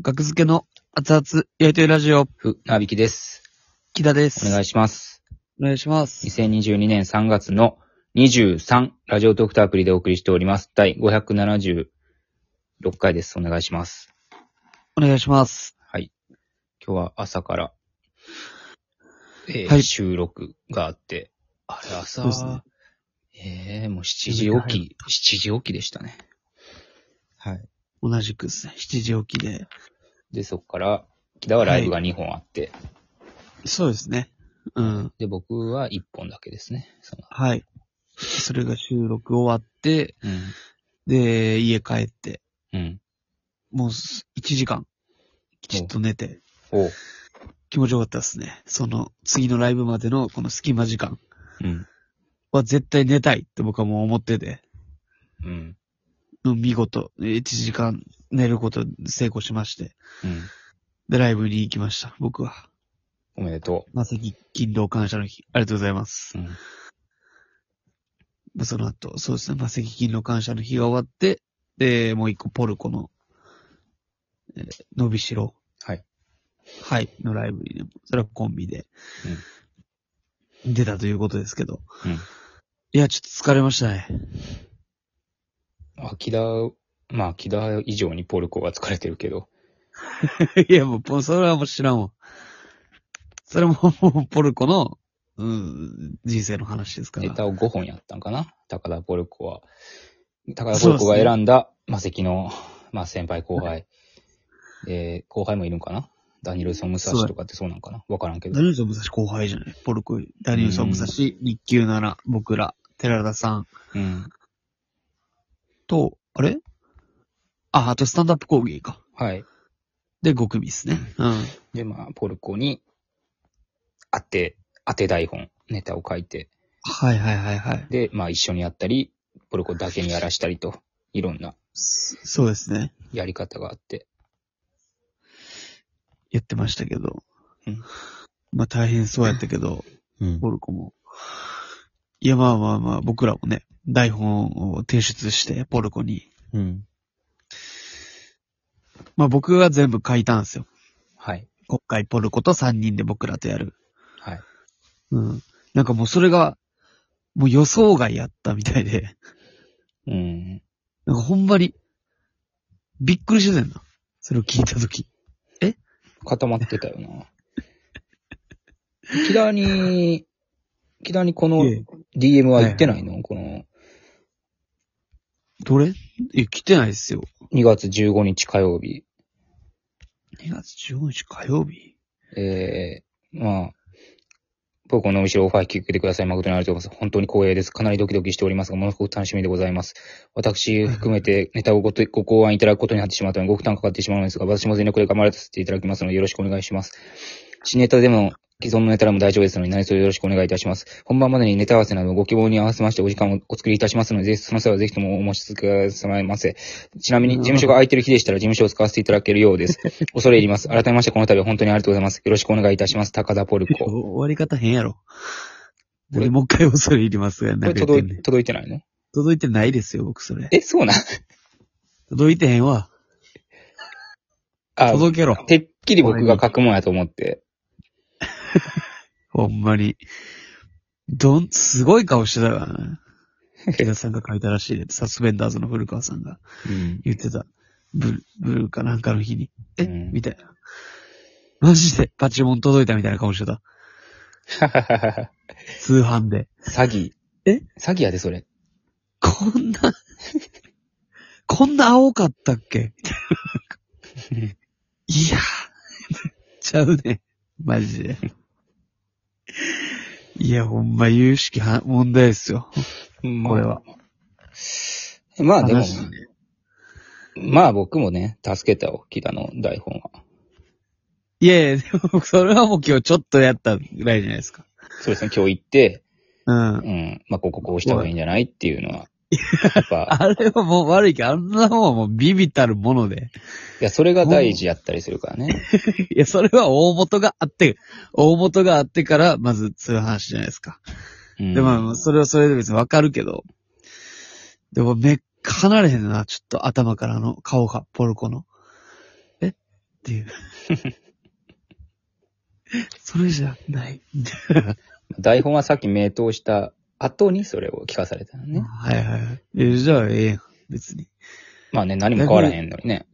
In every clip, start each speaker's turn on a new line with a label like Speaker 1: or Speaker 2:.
Speaker 1: 学付けの熱々焼いてるラジオ、
Speaker 2: ふ、なびきです。
Speaker 1: 木田です。
Speaker 2: お願
Speaker 1: い
Speaker 2: いします。
Speaker 1: お願いします。
Speaker 2: 2022年3月の23、ラジオトークターアプリでお送りしております。第576回です。お願いします。
Speaker 1: お願いします。
Speaker 2: 今日は朝から、えー
Speaker 1: はい
Speaker 2: 収録があって、あれ朝、
Speaker 1: そうですね
Speaker 2: えー、もう7時起き、7時起きでしたね。はい。
Speaker 1: 同じくですね、7時起きで。
Speaker 2: で、そこから、木田はライブが2本あって、
Speaker 1: そうですね。うん。
Speaker 2: で、僕は1本だけですね。その
Speaker 1: はい。それが収録終わって、
Speaker 2: う
Speaker 1: で、家帰って、
Speaker 2: ん。うん。
Speaker 1: もうす1時間、きちっと寝て、
Speaker 2: おう。
Speaker 1: 気持ちよかったですね。その、次のライブまでのこの隙間時間
Speaker 2: うん。
Speaker 1: は絶対寝たいって僕はもう思ってて、
Speaker 2: うん。
Speaker 1: うん見事、1時間寝ることに成功しまして、
Speaker 2: うん。
Speaker 1: で、ライブに行きました、僕は。
Speaker 2: おめでと
Speaker 1: まさき勤労感謝の日、ありがとうございます
Speaker 2: う。。うん。
Speaker 1: その後、そうですね、まさき勤労感謝の日が終わって、で、もう一個ポルコの、えー伸びしろ。
Speaker 2: はい。
Speaker 1: はい、のライブにね、それはコンビで、出たということですけど。
Speaker 2: うん
Speaker 1: いや、ちょっと疲れましたね。
Speaker 2: 秋田、まあ秋田以上にポルコが疲れてるけど。
Speaker 1: いや、もう、それはもう知らんわ。それも、もう、ポルコの、うん、人生の話ですか
Speaker 2: ネ
Speaker 1: ら。
Speaker 2: タを5本やったんかな高田ポルコは。高田ポ
Speaker 1: そう
Speaker 2: ル
Speaker 1: っす
Speaker 2: コ
Speaker 1: ね
Speaker 2: が選んだ、まあ、関の、まあ、先輩後輩。で、後輩もいるんかなダニエルソン・ムサシとかってそうなんかなわからんけ
Speaker 1: ダ
Speaker 2: ど。
Speaker 1: ニエルソン武蔵後輩じゃないポルコより、ダニエルソン武蔵、日給なら、僕ら、寺田さん
Speaker 2: うん。
Speaker 1: と、あれあ、あとスタンダップ講義か。
Speaker 2: はい。
Speaker 1: で、5組ですね。うん。
Speaker 2: で、まあ、ポルコに、当て、当て台本、ネタを書いて。
Speaker 1: はいはいはいはい。
Speaker 2: で、まあ、一緒にやったり、ポルコだけにやらしたりと、いろんな
Speaker 1: そそうですね。
Speaker 2: やり方があって。
Speaker 1: やってましたけど。
Speaker 2: うん
Speaker 1: まあ大変そうやったけど、
Speaker 2: うん
Speaker 1: ボルコも。いやまあまあまあ、僕らもね、台本を提出して、ポルコに。
Speaker 2: うん。
Speaker 1: まあ僕が全部書いたんですよ。
Speaker 2: はい。
Speaker 1: 今回ポルコと3人で僕らとやる。
Speaker 2: はい。
Speaker 1: うん。なんかもうそれが、もう予想外やったみたいで、
Speaker 2: うん。
Speaker 1: なんかほんまに、びっくりしてたよな。それを聞いたとき。
Speaker 2: 固まってたよな。 木田に、木田にこの
Speaker 1: ええ
Speaker 2: DM は行ってないのこの
Speaker 1: どれえ、来てないっすよ。
Speaker 2: 2月15日火曜日。
Speaker 1: 2月15日火曜日
Speaker 2: ええまあ、僕の後ろオファー聞いてください。誠にありがとうございます。本当に光栄です。かなりドキドキしておりますが、ものすごく楽しみでございます。私含めてネタをごとご考案いただくことになってしまったので、ご負担かかってしまうのですが、私も全力で頑張らせていただきますので、よろしくお願いします。新ネタでも、既存のネタでも大丈夫ですので、何卒よろしくお願いいたします。本番までにネタ合わせなどご希望に合わせましてお時間をお作りいたしますので、ぜひその際はぜひともお申し付けくださいませ。ちなみに、事務所が空いてる日でしたら事務所を使わせていただけるようです。恐れ入ります。改めまして、この度は本当にありがとうございます。よろしくお願いいたします。高田ポルコ。こ
Speaker 1: 終わり方変やろ。
Speaker 2: これ
Speaker 1: でもう一回恐れ入りますが、なん
Speaker 2: れ
Speaker 1: か言って
Speaker 2: 届
Speaker 1: んね
Speaker 2: い
Speaker 1: ん
Speaker 2: 届いてないの
Speaker 1: 届いてないですよ、僕それ。
Speaker 2: え、そうなん
Speaker 1: 届いてへんわ。
Speaker 2: あ、
Speaker 1: 届けろ。
Speaker 2: てっきり僕が書くもんやと思って。
Speaker 1: ほんまに。どん、すごい顔してたから な。木田さんが書いたらしいで、サスペンダーズの古川さんが
Speaker 2: うん。
Speaker 1: 言ってた。ブル、ブルーかなんかの日に。え、
Speaker 2: うん
Speaker 1: みたいな。マジで、パチモン届いたみたいな顔してた。
Speaker 2: 詐
Speaker 1: 通販で。
Speaker 2: 欺。
Speaker 1: え
Speaker 2: 詐欺やで、それ。
Speaker 1: こんな、こんな青かったっ けみたいないや、ちゃうね。マジで。いや、ほんま、有識は問題ですよ。こ
Speaker 2: こ
Speaker 1: れ。は。
Speaker 2: まあでも
Speaker 1: 悲、しいね
Speaker 2: まあ僕もね、助けたよ、木田の台本は。
Speaker 1: いやいや、でも、それはもう今日ちょっとやったぐらいじゃないですか。
Speaker 2: そうですね、今日行って、
Speaker 1: うん。
Speaker 2: うん、まあこここうした方がいいんじゃないっていうのは。やっぱ、
Speaker 1: あれはもう悪いけど、あんなもんはもうビビたるもので。
Speaker 2: いや、それが大事やったりするからね。
Speaker 1: いや、それは大元があって、大元があってから、まず通販しじゃないですか。
Speaker 2: うん
Speaker 1: で、まあ、それはそれで別にわかるけど。でも、めっか離れへんな、ちょっと頭からあの顔が、ポルコの。えっていう。それじゃない。
Speaker 2: 台本はさっき名答した後にそれを聞かされたのね。
Speaker 1: はいはいはい。えじゃあええやん。別に。
Speaker 2: まあね、何も変わらへんのにね。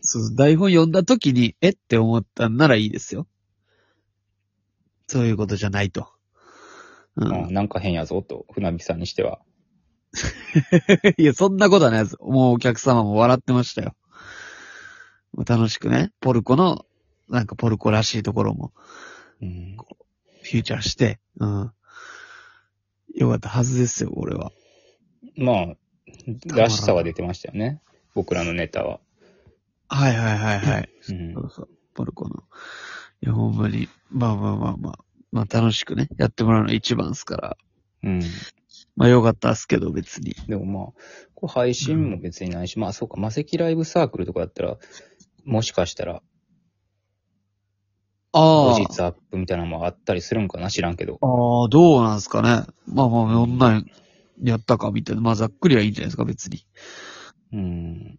Speaker 1: そう、台本読んだ時に、えって思ったんならいいですよ。そういうことじゃないと。う。
Speaker 2: うんん、なんか変やぞと、船引さんにしては。
Speaker 1: いや、そんなことはないです。もうお客様も笑ってましたよ。まあ楽しくね、ポルコの、なんかポルコらしいところも
Speaker 2: うん、
Speaker 1: フューチャーして、うん。よかったはずですよ、俺は。
Speaker 2: まあ、らしさは出てましたよね。僕らのネタは。
Speaker 1: はいはいはいはい。
Speaker 2: うん
Speaker 1: そ、うそう、ポルコの。いや、ほんまに、まあまあまあまあ、まあ楽しくね、やってもらうのが一番ですから。
Speaker 2: うん。
Speaker 1: まあよかったっすけど、別に。
Speaker 2: でもまあ、こう配信も別にないし、まあそうか、魔石ライブサークルとかだったら、もしかしたら、後
Speaker 1: あ
Speaker 2: 日アップみたいなのもあったりするんかな知らんけど。
Speaker 1: ああ、どうなんすかね。まあまあ、どんなんやったかみたいな。まあ、ざっくりはいいんじゃないですか、別に。
Speaker 2: うん。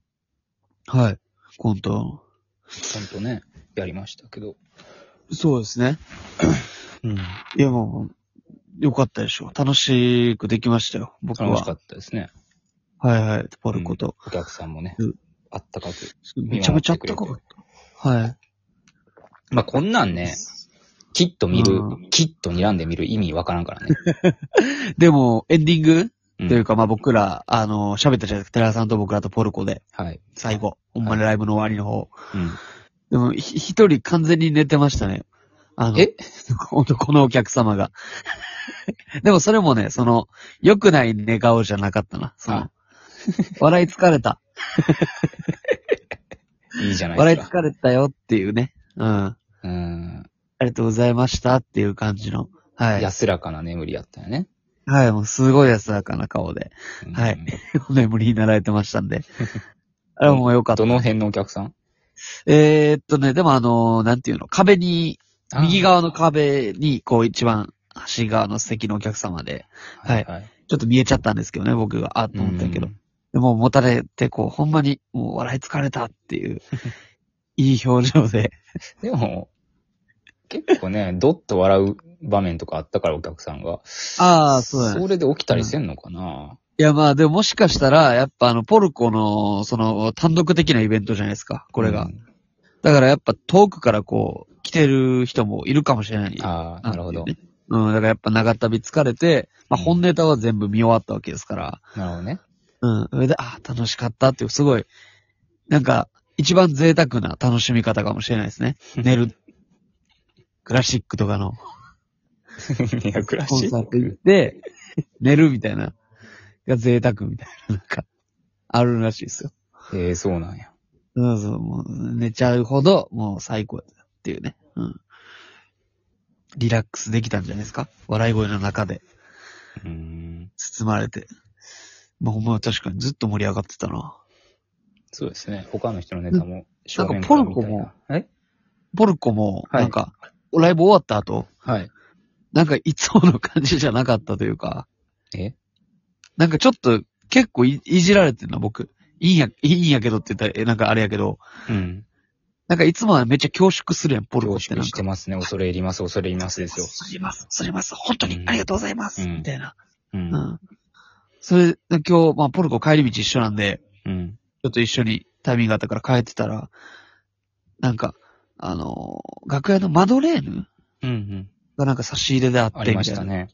Speaker 1: はい。コント。
Speaker 2: ほんとね、やりましたけど。
Speaker 1: そうですね。
Speaker 2: うん。
Speaker 1: いや、もう、よかったでしょ。楽しくできましたよ、僕は。
Speaker 2: 楽しかったですね。
Speaker 1: はいはい、ポルコと。
Speaker 2: お客さんもね
Speaker 1: うん、
Speaker 2: あったかく。
Speaker 1: めちゃめちゃあったかかった。はい。
Speaker 2: まあこんなんね、きっと見る
Speaker 1: う、
Speaker 2: きっと睨んで見る意味わからんから ね。
Speaker 1: でも、エンディング、
Speaker 2: うん
Speaker 1: というか、まあ僕ら、あの、喋ったじゃないですか。寺田さんと僕らとポルコで、
Speaker 2: はい。
Speaker 1: 最後。ほんまにライブの終わりの方。
Speaker 2: うん。
Speaker 1: でも、ひ一人完全に寝てましたね。あの、
Speaker 2: え
Speaker 1: 本 当このお客様が。 でもそれもね、その、良くない寝顔じゃなかったな。その
Speaker 2: あ、
Speaker 1: 笑い疲れた。
Speaker 2: いいじゃない
Speaker 1: 笑
Speaker 2: で
Speaker 1: い
Speaker 2: すか。
Speaker 1: 疲れたよっていうね。うん。あ
Speaker 2: うん。
Speaker 1: りがとうございましたっていう感じの。はい。
Speaker 2: 安らかな眠りやったよね。
Speaker 1: はい、もうすごい安らかな顔で、
Speaker 2: うん
Speaker 1: はい。お眠りになられてました んで。あれも良かった
Speaker 2: ど。の辺のお客さん
Speaker 1: えーっとね、でもあのなんていうの、壁に、右側の壁に、こう一番端側の席のお客様で、
Speaker 2: はいはい。
Speaker 1: ちょっと見えちゃったんですけどね、僕が、あ、と思ったけど
Speaker 2: うん。。
Speaker 1: でも、もたれて、こう、ほんまに、もう笑い疲れたっていう、 いい表情で。
Speaker 2: でも、結構ね、どっと笑う場面とかあったから、お客さんが。
Speaker 1: ああ、そうだね。
Speaker 2: それで起きたりせんのかな、
Speaker 1: いや、まあ、でももしかしたら、やっぱあの、ポルコの、その、単独的なイベントじゃないですか、これが。
Speaker 2: うん
Speaker 1: だからやっぱ遠くからこう、来てる人もいるかもしれない。
Speaker 2: ああ、なるほど
Speaker 1: んて。いうねうん、だからやっぱ長旅疲れて、まあ、
Speaker 2: うん
Speaker 1: 本ネタは全部見終わったわけですから。
Speaker 2: なるほどね。
Speaker 1: うん。それで、あ、楽しかったっていう、すごい、なんか、一番贅沢な楽しみ方かもしれないです ね。寝る。クラシックとかの
Speaker 2: いや、クラ
Speaker 1: コ
Speaker 2: シ
Speaker 1: ンサー
Speaker 2: ッ
Speaker 1: ト行っ
Speaker 2: ク。
Speaker 1: て、寝るみたいな。が贅沢みたいな、なんか、あるらしいですよ。
Speaker 2: ええそうなんや。
Speaker 1: そうそう、もう、寝ちゃうほど、もう最高だっていうね。うん。リラックスできたんじゃないですか笑い声の中で
Speaker 2: うーん。
Speaker 1: 包まれて。まあ、ほんま確かにずっと盛り上がってたな。
Speaker 2: そうですね。他の人のネタも、
Speaker 1: なんかポルコも
Speaker 2: 正面
Speaker 1: ポルコも、
Speaker 2: はい
Speaker 1: なんか、ライブ終わった後、
Speaker 2: から見たいな。
Speaker 1: なんかいつもの感じじゃなかったというか、
Speaker 2: えはい。え
Speaker 1: なんかちょっと結構いいじられてるな、僕。いいんや、いいんやけどって言ったら、えなんかあれやけど、
Speaker 2: うん。
Speaker 1: なんかいつもはめっちゃ恐縮するやん、ポルコ
Speaker 2: 凝
Speaker 1: って
Speaker 2: 縮
Speaker 1: なん
Speaker 2: して
Speaker 1: か。
Speaker 2: ますね。恐れ入ります、恐れ入りますですよ。
Speaker 1: すります、すります、本当にありがとうございます、
Speaker 2: うん
Speaker 1: みたいな。
Speaker 2: う。
Speaker 1: うんん。それ、今日、まあ、ポルコ帰り道一緒なんで、
Speaker 2: うん。
Speaker 1: ちょっと一緒にタイミングがあったから帰ってたら、なんか、あのー楽屋のマドレーヌ
Speaker 2: うん。うん。
Speaker 1: がなんか差し入れであって、
Speaker 2: あ
Speaker 1: みた
Speaker 2: り
Speaker 1: い
Speaker 2: ま
Speaker 1: な。
Speaker 2: したね。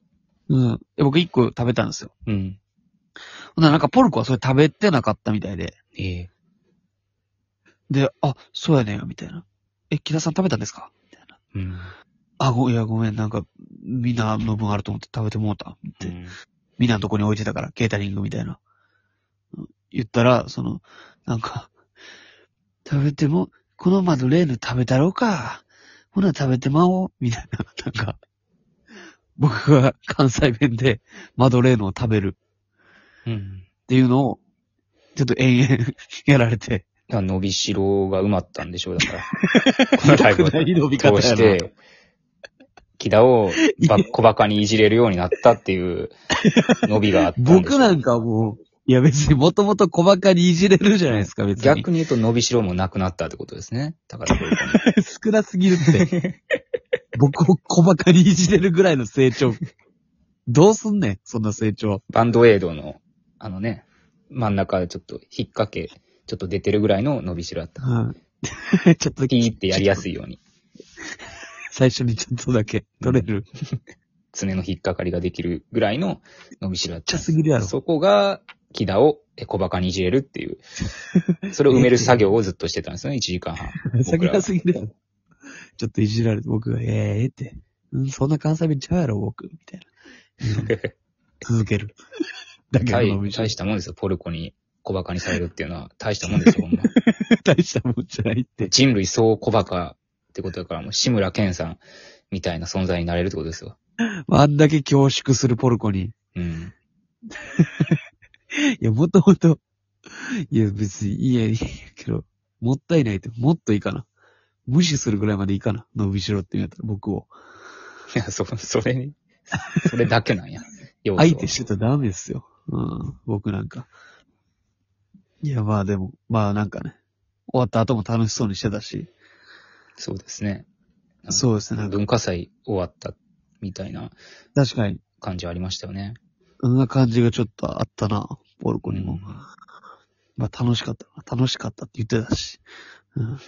Speaker 1: うん。で僕一個食べたんですよ。
Speaker 2: うん。
Speaker 1: ほんならなんかポルコはそれ食べてなかったみたいで。
Speaker 2: ええ
Speaker 1: で、あ、そうやねん、みたいな。え、木田さん食べたんですかみたいな。
Speaker 2: うん。
Speaker 1: あ、ご、いや、ごめん、なんか、みんなの分あると思って食べてもうた。って、
Speaker 2: うん
Speaker 1: みんなのとこに置いてたから、ケータリングみたいな。うん言ったら、その、なんか、食べても、このマドレーヌ食べたろうか。ほな食べてまおう。みたいな、なんか、僕が関西弁でマドレーヌを食べる
Speaker 2: うん。
Speaker 1: っていうのを、ちょっと延々やられて、
Speaker 2: だから伸びしろが埋まったんでしょう、だから。このライブを
Speaker 1: 良くない伸び方やな
Speaker 2: 通して、木田をば小馬鹿にいじれるようになったっていう伸びがあったんでしょう
Speaker 1: 僕なんかもう、いや別にもともと細かにいじれるじゃないですか、別に。
Speaker 2: 逆に言うと伸びしろもなくなったってことですね。宝箱さんの
Speaker 1: 少なすぎるって。僕を細かにいじれるぐらいの成長。どうすんねん、そんな成長。
Speaker 2: バンドエイドの、あのね、真ん中ちょっと引っ掛け、ちょっと出てるぐらいの伸びしろあっ た。
Speaker 1: うん。ちょっと、
Speaker 2: ピーってやりやすいように、
Speaker 1: 最初にちょっとだけ取れる。
Speaker 2: 爪の引っかかりができるぐらいの伸びしろあっ
Speaker 1: ち
Speaker 2: た
Speaker 1: ゃ。すぎるやろ。
Speaker 2: そこが、木田をえ小バカにいじれるっ ていう。それを埋める作業をずっとしてたんですよね、1時間 半。僕
Speaker 1: 先
Speaker 2: らは
Speaker 1: がすぎるやろ。ちょっといじられて、僕が、ええって。うん、そんな関西弁ちゃうやろ、僕。みたいな。 うん続ける。 だけど伸
Speaker 2: 大
Speaker 1: びしろ
Speaker 2: 大したもんですよ、ポルコに小バカにされるっていうのは、大したもんですよ、ほん ま。
Speaker 1: 大したもんじゃないって。
Speaker 2: 人類総小バカってことだから、もう志村けんさんみたいな存在になれるってことですよ。
Speaker 1: あんだけ恐縮するポルコに。
Speaker 2: うん。
Speaker 1: いや、もともと、いや、別に、いや、いいけど、もったいないって、もっといいかな。無視するぐらいまでいいかな。伸びしろって言うんやったら、僕を。
Speaker 2: いや、そ、それ、それだけなんや。要素は
Speaker 1: 相手してたらダメですよ。うん、僕なんか。いや、まあでも、まあなんかね、終わった後も楽しそうにしてたし、
Speaker 2: そうですね。うん
Speaker 1: そうですね、なんか、
Speaker 2: 文化祭終わったみたいな
Speaker 1: 確かに、
Speaker 2: 感じありましたよね。
Speaker 1: そんな感じがちょっとあったな、ポルコにも。
Speaker 2: うん
Speaker 1: まあ楽しかった。楽しかったって言ってたし。 うん。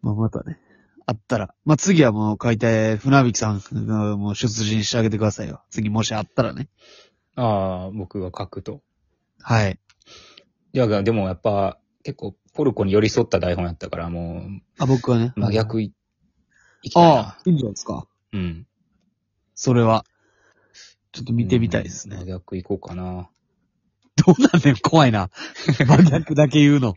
Speaker 1: まあまたね。あったら。まあ次はもう解体、船引さん、うんもう出陣してあげてくださいよ。次もしあったらね。
Speaker 2: ああ、僕は書くと。
Speaker 1: はい。
Speaker 2: いや、でもやっぱ、結構、ポルコに寄り添った台本やったから、も
Speaker 1: あ、僕はね。
Speaker 2: う、真。逆い、いきたい
Speaker 1: あ
Speaker 2: な。
Speaker 1: あ、いいんじゃないですか。
Speaker 2: うん。
Speaker 1: それは。ちょっと見てみたい ですね。
Speaker 2: うん真逆行こうかな。
Speaker 1: どうなんねん、怖いな。真逆だけ言うの。